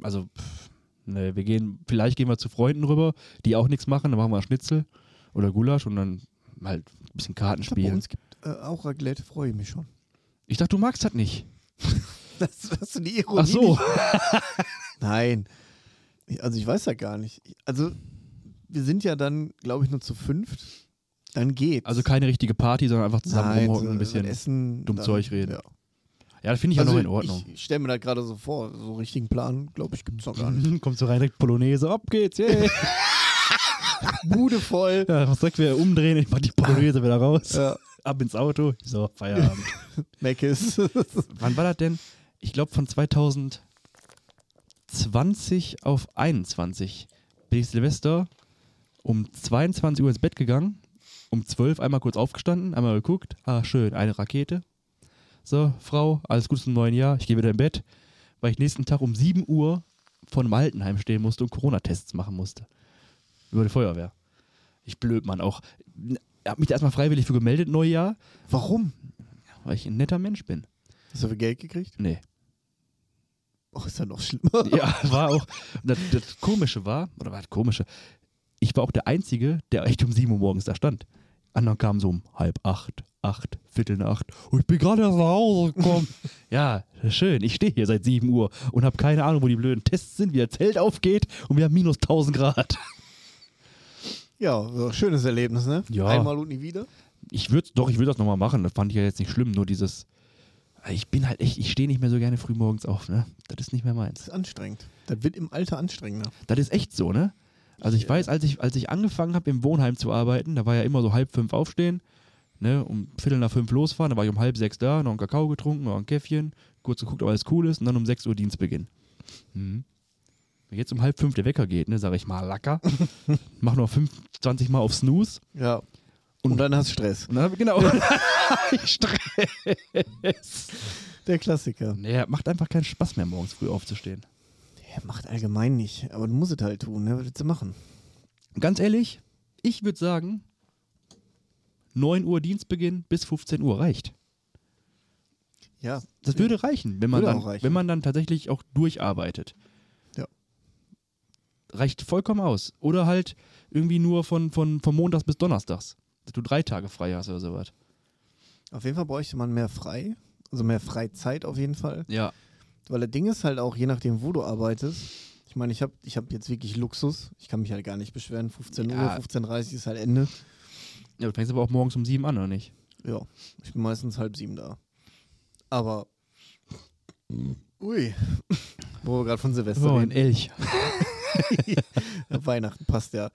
Speaker 1: Also, pff, nee, wir gehen, vielleicht gehen wir zu Freunden rüber, die auch nichts machen, dann machen wir Schnitzel oder Gulasch und dann halt ein bisschen
Speaker 2: glaub, bei
Speaker 1: Kartenspiel.
Speaker 2: uns gibt äh, auch Raclette, freue ich mich schon.
Speaker 1: Ich dachte, du magst das nicht.
Speaker 2: Das hast du die Ironie.
Speaker 1: Ach so.
Speaker 2: Oh, Nicht. Nein. Ich- Also ich weiß ja gar nicht. Ich- Also wir sind ja dann, glaube ich, nur zu fünft. Dann geht's.
Speaker 1: Also keine richtige Party, sondern einfach zusammen
Speaker 2: Nein,
Speaker 1: rumhocken und ein
Speaker 2: so
Speaker 1: bisschen.
Speaker 2: Essen,
Speaker 1: dumm
Speaker 2: dann-
Speaker 1: Zeug reden.
Speaker 2: Ja.
Speaker 1: Ja, das finde ich
Speaker 2: also
Speaker 1: ja noch in Ordnung.
Speaker 2: Ich stelle mir das gerade so vor, so einen richtigen Plan, glaube ich, gibt's noch gar nicht.
Speaker 1: Kommst du rein, direkt Polonaise, ab geht's, yeah.
Speaker 2: Bude voll.
Speaker 1: ja, was sagt wir umdrehen, ich mach die Polonaise wieder raus,
Speaker 2: Ja,
Speaker 1: ab ins Auto, so, Feierabend.
Speaker 2: Meckes.
Speaker 1: Wann war das denn? Ich glaube von 2020 auf 21 bin ich Silvester um 22 Uhr ins Bett gegangen, um 12 einmal kurz aufgestanden, einmal geguckt, ah schön, eine Rakete. So, Frau, alles Gute zum neuen Jahr, ich gehe wieder in Bett, weil ich nächsten Tag um 7 Uhr vor einem Altenheim stehen musste und Corona-Tests machen musste. Über die Feuerwehr. Ich blöd, Mann, auch. Ich habe mich da erstmal freiwillig für gemeldet, Neujahr,
Speaker 2: Warum?
Speaker 1: weil ich ein netter Mensch bin.
Speaker 2: Hast du dafür Geld gekriegt?
Speaker 1: Nee.
Speaker 2: Oh, ist ja noch schlimmer.
Speaker 1: Ja, war auch. Das, das Komische war, oder war das Komische? Ich war auch der Einzige, der echt um 7 Uhr morgens da stand. Anderen kamen so um halb acht, acht, Viertel nach acht. Oh, ich bin gerade erst nach Hause gekommen. ja, schön. Ich stehe hier seit 7 Uhr und habe keine Ahnung, wo die blöden Tests sind, wie das Zelt aufgeht und wir haben minus 1000 Grad.
Speaker 2: Ja, so, schönes Erlebnis, ne?
Speaker 1: Ja.
Speaker 2: Einmal und nie wieder.
Speaker 1: Ich würde, doch, ich würde das nochmal machen. Das fand ich ja jetzt nicht schlimm. Nur dieses, ich bin halt echt, ich stehe nicht mehr so gerne früh morgens auf. Ne? Das ist nicht mehr meins.
Speaker 2: Das ist anstrengend. Das wird im Alter anstrengender.
Speaker 1: Das ist echt so, ne? Also ich weiß, als ich, als ich angefangen habe, im Wohnheim zu arbeiten, da war ja immer so halb fünf aufstehen, ne, um Viertel nach fünf losfahren, da war ich um halb sechs da, noch einen Kakao getrunken, noch ein Käffchen, kurz geguckt, ob alles cool ist und dann um sechs Uhr Dienstbeginn. Mhm. Wenn jetzt um halb fünf der Wecker geht, ne, sage ich mal lacker, mach noch 25 Mal auf Snooze
Speaker 2: Ja.
Speaker 1: Und-
Speaker 2: Und, dann hast du Stress.
Speaker 1: und dann hab ich genau ich Stress.
Speaker 2: Der Klassiker.
Speaker 1: Naja, macht einfach keinen Spaß mehr, morgens früh aufzustehen.
Speaker 2: Der macht allgemein nicht, aber du musst es halt tun, ne? Was willst du machen?
Speaker 1: Ganz ehrlich, ich würde sagen, 9 Uhr Dienstbeginn bis 15 Uhr reicht.
Speaker 2: Ja.
Speaker 1: Das würde reichen, wenn man,
Speaker 2: Würde
Speaker 1: dann,
Speaker 2: auch reichen.
Speaker 1: wenn man dann tatsächlich auch durcharbeitet.
Speaker 2: Ja.
Speaker 1: Reicht vollkommen aus. Oder halt irgendwie nur von, von, von Montags bis Donnerstags. Dass du drei Tage frei hast oder sowas.
Speaker 2: Auf jeden Fall bräuchte man mehr frei, also mehr Freizeit auf jeden Fall.
Speaker 1: Ja.
Speaker 2: Weil das Ding ist halt auch, je nachdem, wo du arbeitest. Ich meine, ich habe ich hab jetzt wirklich Luxus. Ich kann mich halt gar nicht beschweren. 15
Speaker 1: Ja.
Speaker 2: Uhr, 15.30 Uhr ist halt Ende.
Speaker 1: ja. Du fängst aber auch morgens um sieben an, oder nicht?
Speaker 2: Ja, ich bin meistens halb sieben da. Aber. Hm. Ui. Wo wir gerade von Silvester
Speaker 1: So, Oh, ein
Speaker 2: reden.
Speaker 1: Elch.
Speaker 2: Weihnachten passt ja.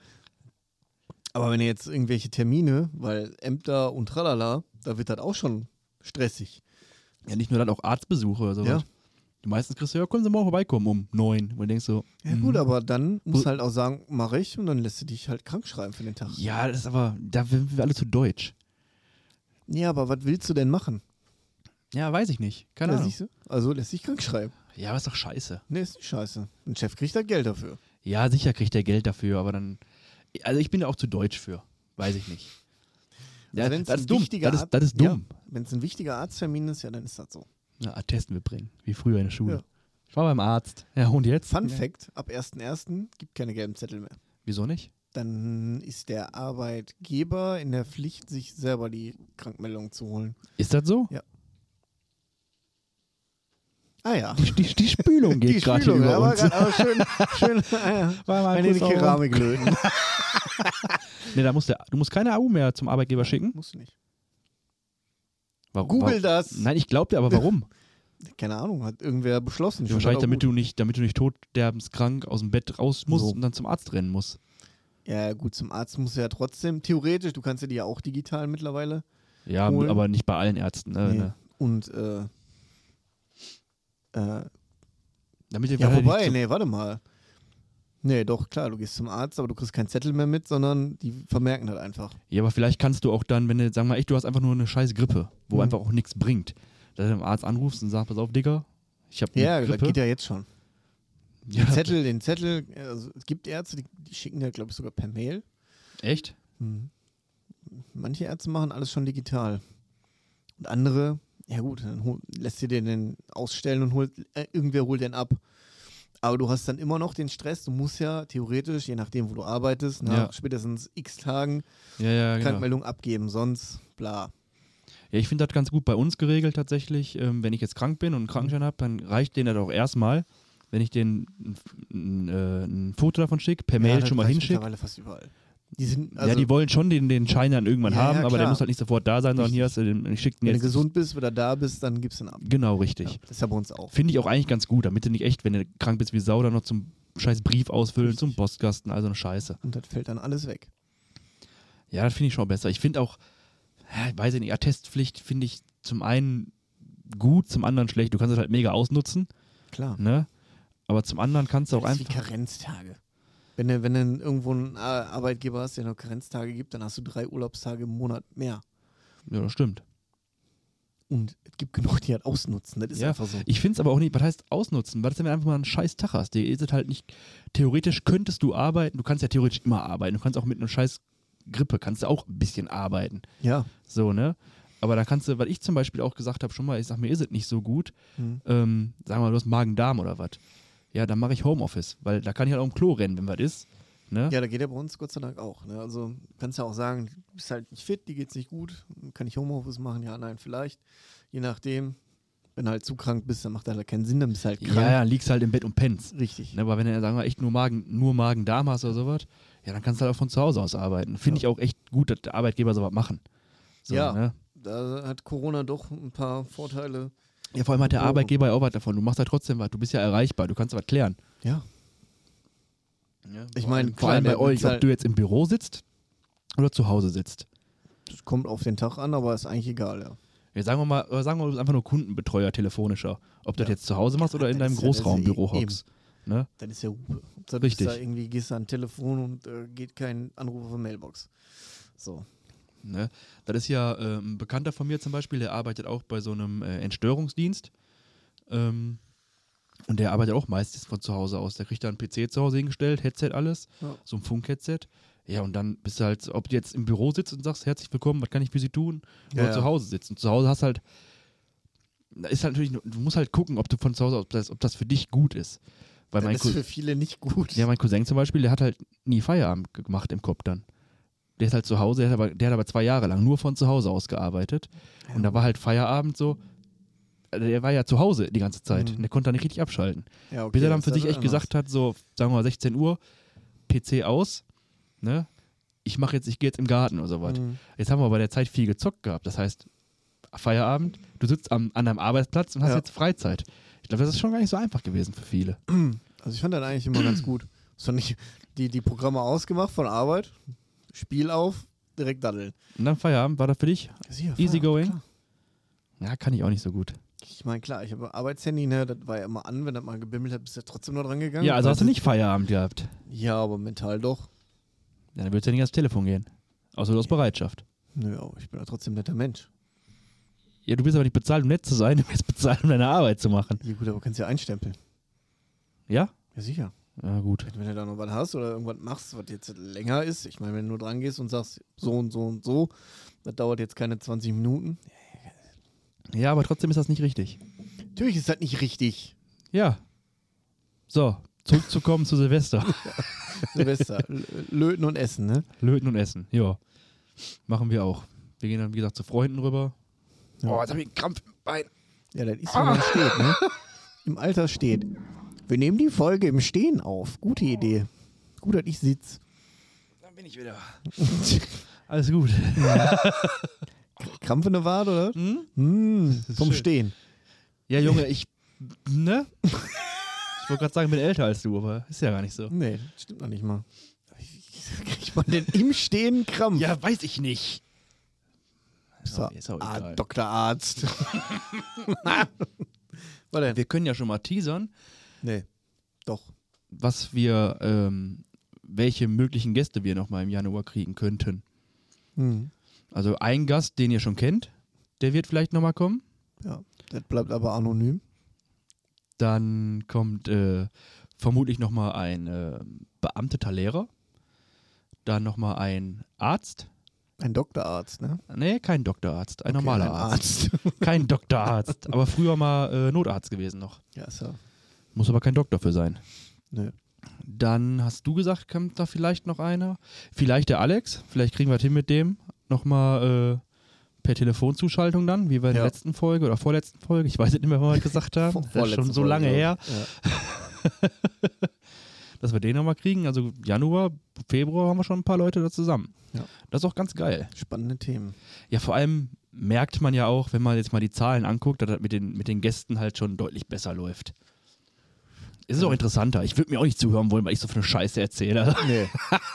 Speaker 2: Aber wenn ihr jetzt irgendwelche Termine, weil Ämter und tralala, da wird das auch schon stressig.
Speaker 1: Ja, nicht nur dann auch Arztbesuche oder sowas.
Speaker 2: Ja.
Speaker 1: Meistens kriegst du, ja, können Sie morgen vorbeikommen um neun. Und du denkst so,
Speaker 2: Ja gut,
Speaker 1: mhm.
Speaker 2: aber dann musst
Speaker 1: Gut.
Speaker 2: du halt auch sagen, mache ich und dann lässt du dich halt krank schreiben für den Tag.
Speaker 1: Ja, das ist aber, da sind wir alle zu deutsch.
Speaker 2: Ja, aber was willst du denn machen?
Speaker 1: Ja, weiß ich nicht. Keine
Speaker 2: ja,
Speaker 1: Ahnung.
Speaker 2: siehst du? Also lässt dich krank schreiben.
Speaker 1: Ja, aber ist doch scheiße.
Speaker 2: Ne, ist nicht scheiße. Ein Chef kriegt da Geld dafür.
Speaker 1: Ja, sicher kriegt er Geld dafür, aber dann. Also ich bin da auch zu deutsch für. Weiß ich nicht. Ja,
Speaker 2: Also wenn's
Speaker 1: das,
Speaker 2: ein
Speaker 1: ist dumm.
Speaker 2: wichtiger
Speaker 1: Das, ist,
Speaker 2: Ar-
Speaker 1: das ist
Speaker 2: Ja.
Speaker 1: dumm.
Speaker 2: Wenn es ein wichtiger Arzttermin ist, ja, dann ist das so.
Speaker 1: Ja. Attesten wir bringen, wie früher in der Schule.
Speaker 2: Ja.
Speaker 1: Ich war beim Arzt. Ja, und jetzt?
Speaker 2: Fun
Speaker 1: ja.
Speaker 2: Fact: Ab 1.1. gibt keine gelben Zettel mehr.
Speaker 1: Wieso nicht?
Speaker 2: Dann ist der Arbeitgeber in der Pflicht, sich selber die Krankmeldung zu holen.
Speaker 1: Ist das so?
Speaker 2: Ah ja.
Speaker 1: Die, die, die Spülung geht gerade hier
Speaker 2: Spülung,
Speaker 1: über
Speaker 2: aber,
Speaker 1: uns.
Speaker 2: grad- aber schön, schön ah ja.
Speaker 1: War mal
Speaker 2: Wenn ihr die
Speaker 1: kurz auf-
Speaker 2: Keramik löten.
Speaker 1: Nee, da musst du, du musst keine AU mehr zum Arbeitgeber schicken.
Speaker 2: Muss nicht.
Speaker 1: Warum?
Speaker 2: Google
Speaker 1: warum?
Speaker 2: das.
Speaker 1: Nein, ich glaub dir, aber warum?
Speaker 2: Keine Ahnung, hat irgendwer beschlossen. Ich fand
Speaker 1: Wahrscheinlich,
Speaker 2: das
Speaker 1: damit
Speaker 2: auch
Speaker 1: du nicht, damit du nicht todsterbenskrank aus dem Bett raus musst
Speaker 2: So.
Speaker 1: und dann zum Arzt rennen musst.
Speaker 2: gut. Ja, gut, zum Arzt musst du ja trotzdem, theoretisch, du kannst ja die ja auch digital mittlerweile.
Speaker 1: Ja,
Speaker 2: Holen.
Speaker 1: aber nicht bei allen Ärzten. Ne?
Speaker 2: Nee.
Speaker 1: Ne?
Speaker 2: Und, äh, äh,
Speaker 1: Damit ihr
Speaker 2: ja,
Speaker 1: weiter nicht
Speaker 2: wobei,
Speaker 1: zu-
Speaker 2: nee, warte mal. Nee, doch, klar, du gehst zum Arzt, aber du kriegst keinen Zettel mehr mit, sondern die vermerken das einfach.
Speaker 1: Ja, aber vielleicht kannst du auch dann, wenn du, sagen wir mal, echt, du hast einfach nur eine scheiß Grippe, wo
Speaker 2: Mhm.
Speaker 1: einfach auch nichts bringt, dass du dem Arzt anrufst und sagst, pass auf, Digga, ich habe
Speaker 2: Ja,
Speaker 1: eine
Speaker 2: das
Speaker 1: Grippe.
Speaker 2: geht ja jetzt schon.
Speaker 1: ja,
Speaker 2: Den Zettel, den Zettel, also, es gibt Ärzte, die, die schicken ja, glaube ich, sogar per Mail.
Speaker 1: Echt? Mhm.
Speaker 2: Manche Ärzte machen alles schon digital. Und andere Ja gut, dann hol, lässt ihr den, den ausstellen und holt, äh, irgendwer holt den ab. Aber du hast dann immer noch den Stress, du musst ja theoretisch, je nachdem, wo du arbeitest, nach
Speaker 1: Ja.
Speaker 2: spätestens x Tagen
Speaker 1: Ja, ja, genau.
Speaker 2: Krankmeldung abgeben, sonst bla.
Speaker 1: Ja, ich finde das ganz gut bei uns geregelt tatsächlich. Ähm, wenn ich jetzt krank bin und einen Krankenschein habe, dann reicht denen das auch erstmal, wenn ich denen ein, F- ein, äh, ein Foto davon schicke, per Mail
Speaker 2: das
Speaker 1: schon mal
Speaker 2: reicht
Speaker 1: hinschicke.
Speaker 2: mittlerweile fast überall. Die sind, also,
Speaker 1: ja, die wollen schon den, den Schein dann irgendwann
Speaker 2: Ja, ja,
Speaker 1: haben, aber der
Speaker 2: klar.
Speaker 1: muss halt nicht sofort da sein, sondern hier hast du den, ich schick den
Speaker 2: wenn du
Speaker 1: jetzt.
Speaker 2: gesund bist, wieder da bist, dann gibst du ihn ab.
Speaker 1: Genau, richtig.
Speaker 2: Ja, das ist ja bei uns auch.
Speaker 1: Finde ich auch eigentlich ganz gut, damit du nicht echt, wenn du krank bist wie Sau, dann noch zum scheiß Brief ausfüllen, zum Postkasten, also eine Scheiße.
Speaker 2: Und das fällt dann alles weg.
Speaker 1: Ja, das finde ich schon besser. Ich finde auch, ja, ich weiß ich nicht, Attestpflicht finde ich zum einen gut, zum anderen schlecht. Du kannst es halt mega ausnutzen,
Speaker 2: Klar.
Speaker 1: ne? Aber zum anderen kannst du auch
Speaker 2: Das ist wie
Speaker 1: einfach.
Speaker 2: Karenztage. Wenn du, wenn du irgendwo einen Ar- Arbeitgeber hast, der noch Karenztage gibt, dann hast du drei Urlaubstage im Monat mehr.
Speaker 1: Ja, das stimmt.
Speaker 2: Und es gibt genug, die halt ausnutzen. Das ist
Speaker 1: Ja.
Speaker 2: einfach so.
Speaker 1: Ich finde es aber auch nicht, was heißt ausnutzen? Was ist denn, wenn du einfach mal einen scheiß Tag hast? Dir ist es halt nicht, theoretisch könntest du arbeiten, du kannst ja theoretisch immer arbeiten, du kannst auch mit einer scheiß Grippe, kannst du auch ein bisschen arbeiten,
Speaker 2: Ja.
Speaker 1: so, ne? Aber da kannst du, was ich zum Beispiel auch gesagt habe schon mal, ich sag mir, ist es nicht so gut,
Speaker 2: Mhm.
Speaker 1: ähm, sagen wir mal, du hast Magen-Darm oder was. Ja, dann mache ich Homeoffice, weil da kann ich halt auch im Klo rennen, wenn was ist, ne?
Speaker 2: Ja, da geht ja bei uns Gott sei Dank auch. Ne? Also kannst ja auch sagen, du bist halt nicht fit, dir geht's nicht gut, kann ich Homeoffice machen? Ja, nein, vielleicht. Je nachdem, wenn du halt zu krank bist, dann macht das halt keinen Sinn, dann bist du halt
Speaker 1: Ja, ja,
Speaker 2: krank.
Speaker 1: dann liegst halt im Bett und pennst.
Speaker 2: Richtig.
Speaker 1: Ne, aber wenn du, sagen wir, mal, echt nur Magen, nur Magen-Darm hast oder sowas, ja, dann kannst du halt auch von zu Hause aus arbeiten. Finde ich auch echt gut, dass der Arbeitgeber sowas machen. So,
Speaker 2: Ja.
Speaker 1: Ne?
Speaker 2: Da hat Corona doch ein paar Vorteile.
Speaker 1: Ja, vor allem hat der
Speaker 2: Oh.
Speaker 1: Arbeitgeber ja auch was davon. Du machst ja trotzdem was. Du bist ja erreichbar. Du kannst was klären.
Speaker 2: Ja. Ich
Speaker 1: Vor
Speaker 2: meine,
Speaker 1: allem- vor
Speaker 2: klar,
Speaker 1: allem bei
Speaker 2: der
Speaker 1: euch,
Speaker 2: bezahlt-
Speaker 1: ob du jetzt im Büro sitzt oder zu Hause sitzt.
Speaker 2: Das kommt auf den Tag an, aber ist eigentlich egal, ja.
Speaker 1: Ja, sagen wir mal, oder sagen wir, mal, du bist einfach nur Kundenbetreuer telefonischer. Ob du das
Speaker 2: Ja.
Speaker 1: jetzt zu Hause machst oder
Speaker 2: Ja,
Speaker 1: in
Speaker 2: das
Speaker 1: deinem
Speaker 2: ist ja- das ist ja
Speaker 1: Großraumbüro
Speaker 2: eh-
Speaker 1: hockst. Ne?
Speaker 2: Dann ist ja Hupe. Dann
Speaker 1: Richtig.
Speaker 2: Ist da irgendwie gehst du an Telefon und äh, geht kein Anruf auf der Mailbox. So.
Speaker 1: Ne? Das ist ja äh, ein Bekannter von mir zum Beispiel, der arbeitet auch bei so einem äh, Entstörungsdienst. Ähm, und der arbeitet auch meistens von zu Hause aus. Der kriegt da einen PC zu Hause hingestellt, Headset, alles,
Speaker 2: Ja.
Speaker 1: so ein Funk-Headset. Ja, und dann bist du halt, ob du jetzt im Büro sitzt und sagst, herzlich willkommen, was kann ich für Sie tun? Oder
Speaker 2: Ja, ja.
Speaker 1: zu Hause sitzt. Und zu Hause hast halt, da ist halt natürlich, nur- du musst halt gucken, ob du von zu Hause, ob das, ob das für dich gut ist. Weil
Speaker 2: Das
Speaker 1: mein,
Speaker 2: ist
Speaker 1: Cou-
Speaker 2: für viele nicht gut.
Speaker 1: ja, mein Cousin zum Beispiel, der hat halt nie Feierabend ge- gemacht im Kopf dann. Der ist halt zu Hause, der hat aber, der hat aber zwei Jahre lang nur von zu Hause aus gearbeitet. Und da war halt Feierabend so, also der war ja zu Hause die ganze Zeit.
Speaker 2: Mhm.
Speaker 1: Und der konnte da nicht richtig abschalten.
Speaker 2: Ja, okay,
Speaker 1: Bis er dann
Speaker 2: das
Speaker 1: für
Speaker 2: ist
Speaker 1: sich
Speaker 2: halt
Speaker 1: echt gesagt hat, so, sagen wir mal 16 Uhr, PC aus, ne? Ich mache jetzt, ich gehe jetzt im Garten oder sowas.
Speaker 2: anders. Mhm.
Speaker 1: Jetzt haben wir bei der Zeit viel gezockt gehabt. Das heißt, Feierabend, du sitzt am, an deinem Arbeitsplatz und hast
Speaker 2: Ja.
Speaker 1: jetzt Freizeit. Ich glaube, das ist schon gar nicht so einfach gewesen für viele.
Speaker 2: Also ich fand das eigentlich immer ganz gut. So nicht die, die Programme ausgemacht von Arbeit, Spiel auf, direkt daddeln. Also
Speaker 1: Und dann Feierabend, war das für dich? Easy going?
Speaker 2: Klar.
Speaker 1: Ja, kann ich auch nicht so gut.
Speaker 2: Ich meine, klar, ich habe Arbeitshandy, ne, das war ja immer an, wenn das mal gebimmelt hat, bist du ja trotzdem noch dran gegangen.
Speaker 1: Ja, also
Speaker 2: Weil
Speaker 1: hast du
Speaker 2: das-
Speaker 1: nicht Feierabend gehabt.
Speaker 2: Ja, aber mental doch.
Speaker 1: Ja, dann würdest du ja nicht ans Telefon gehen. Außer du hast Bereitschaft.
Speaker 2: Nö, aber ich bin ja trotzdem ein netter Mensch.
Speaker 1: Ja, du bist aber nicht bezahlt, um nett zu sein, du bist bezahlt, um deine Arbeit zu machen.
Speaker 2: Ja gut, aber kannst ja einstempeln.
Speaker 1: Ja?
Speaker 2: Ja sicher.
Speaker 1: Ja, gut.
Speaker 2: Wenn du da noch was hast oder irgendwas machst, was jetzt länger ist, ich meine, wenn du nur dran gehst und sagst, so und so und so, das dauert jetzt keine 20 Minuten.
Speaker 1: Ja, aber trotzdem ist das nicht richtig.
Speaker 2: Natürlich ist das nicht richtig.
Speaker 1: Ja. So, zurückzukommen zu Silvester.
Speaker 2: Silvester, L- löten und essen, ne?
Speaker 1: Löten und Essen, ja. Machen wir auch. Wir gehen dann, wie gesagt, zu Freunden rüber.
Speaker 2: Ja.
Speaker 1: Oh, jetzt habe ich einen Krampf im Bein.
Speaker 2: Ja, das ist, wenn
Speaker 1: Ah.
Speaker 2: man steht, ne? Im Alter steht. Wir nehmen die Folge im Stehen auf. Gute Idee. Gut, dass ich sitz.
Speaker 1: Dann bin ich wieder. Alles gut.
Speaker 2: Krampf in der Wade, oder?
Speaker 1: Hm?
Speaker 2: Hm, vom
Speaker 1: schön.
Speaker 2: Stehen.
Speaker 1: Ja, Junge, ich. Ne? Ich wollte gerade sagen, bin älter als du, aber ist ja gar nicht so.
Speaker 2: Nee, das stimmt noch nicht mal. Kriegt man denn im Stehen Krampf?
Speaker 1: Ja, weiß ich nicht.
Speaker 2: so.
Speaker 1: ist auch
Speaker 2: ah,
Speaker 1: egal.
Speaker 2: Dr. Arzt. War denn?
Speaker 1: Wir können ja schon mal teasern,
Speaker 2: Nee, doch.
Speaker 1: was wir, ähm, welche möglichen Gäste wir nochmal im Januar kriegen könnten.
Speaker 2: Hm.
Speaker 1: Also ein Gast, den ihr schon kennt, der wird vielleicht nochmal kommen.
Speaker 2: Ja, das bleibt aber anonym.
Speaker 1: Dann kommt äh, vermutlich nochmal ein äh, beamteter Lehrer. Dann nochmal ein Arzt.
Speaker 2: Ein Doktorarzt, ne?
Speaker 1: Nee, kein Doktorarzt, ein
Speaker 2: Okay,
Speaker 1: normaler
Speaker 2: ein
Speaker 1: Arzt. Kein Doktorarzt, aber früher mal äh, Notarzt gewesen noch.
Speaker 2: ja, so.
Speaker 1: Muss aber kein Doktor für sein.
Speaker 2: Nö.
Speaker 1: Dann hast du gesagt, kommt da vielleicht noch einer. Vielleicht der Alex. Vielleicht kriegen wir es hin mit dem. Nochmal äh, per Telefonzuschaltung dann, wie wir in der
Speaker 2: Ja.
Speaker 1: letzten Folge oder vorletzten Folge, ich weiß nicht mehr, was wir gesagt haben. Das ist schon so lange her,
Speaker 2: Ja.
Speaker 1: dass wir den nochmal kriegen. Also Januar, Februar haben wir schon ein paar Leute da zusammen.
Speaker 2: Ja.
Speaker 1: Das ist auch ganz geil.
Speaker 2: Spannende Themen.
Speaker 1: Ja, vor allem merkt man ja auch, wenn man jetzt mal die Zahlen anguckt, dass das mit den, mit den Gästen halt schon deutlich besser läuft. Es ist auch interessanter. Ich würde mir auch nicht zuhören wollen, weil ich so für eine Scheiße erzähle.
Speaker 2: Nee.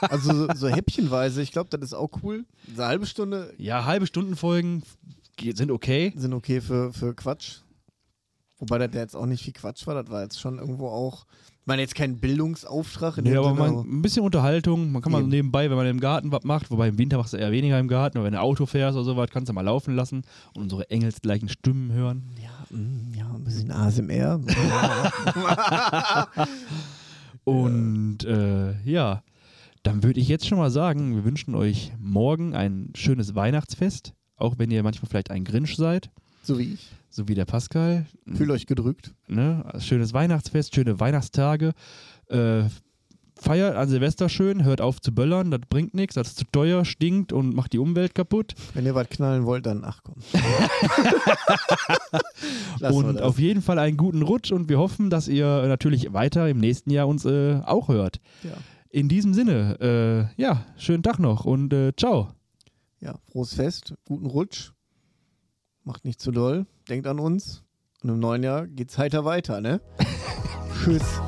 Speaker 2: Also so, so häppchenweise, ich glaube, das ist auch cool. Eine halbe Stunde
Speaker 1: Ja, halbe Stunden Folgen ge- sind okay.
Speaker 2: sind okay für, für Quatsch. Wobei das ja jetzt auch nicht viel Quatsch war, das war jetzt schon irgendwo auch. Ich meine, jetzt kein Bildungsauftrag in
Speaker 1: Nee,
Speaker 2: dem
Speaker 1: aber
Speaker 2: Sinne,
Speaker 1: man, ein bisschen Unterhaltung. Man kann mal so
Speaker 2: genau. Eben.
Speaker 1: nebenbei, wenn man im Garten was macht, wobei im Winter machst du eher weniger im Garten, aber wenn du Auto fährst oder sowas, kannst du mal laufen lassen und unsere engelsgleichen Stimmen hören.
Speaker 2: ja, mm, ja, ein bisschen ASMR.
Speaker 1: Und äh, ja, dann würde ich jetzt schon mal sagen, wir wünschen euch morgen ein schönes Weihnachtsfest, auch wenn ihr manchmal vielleicht ein Grinch seid,
Speaker 2: so wie ich.
Speaker 1: so wie der Pascal.
Speaker 2: Fühlt euch gedrückt.
Speaker 1: ne? Schönes Weihnachtsfest, schöne Weihnachtstage. Äh, feiert an Silvester schön, hört auf zu böllern, das bringt nichts, das ist zu teuer, stinkt und macht die Umwelt kaputt.
Speaker 2: Wenn ihr was knallen wollt, dann ach komm. Lassen wir
Speaker 1: und
Speaker 2: das.
Speaker 1: auf jeden Fall einen guten Rutsch und wir hoffen, dass ihr natürlich weiter im nächsten Jahr uns äh, auch hört.
Speaker 2: ja.
Speaker 1: In diesem Sinne, äh, ja, schönen Tag noch und äh, ciao.
Speaker 2: ja, frohes Fest, guten Rutsch. Macht nicht zu doll. Denkt an uns. Und im neuen Jahr geht's heiter weiter, ne? Tschüss.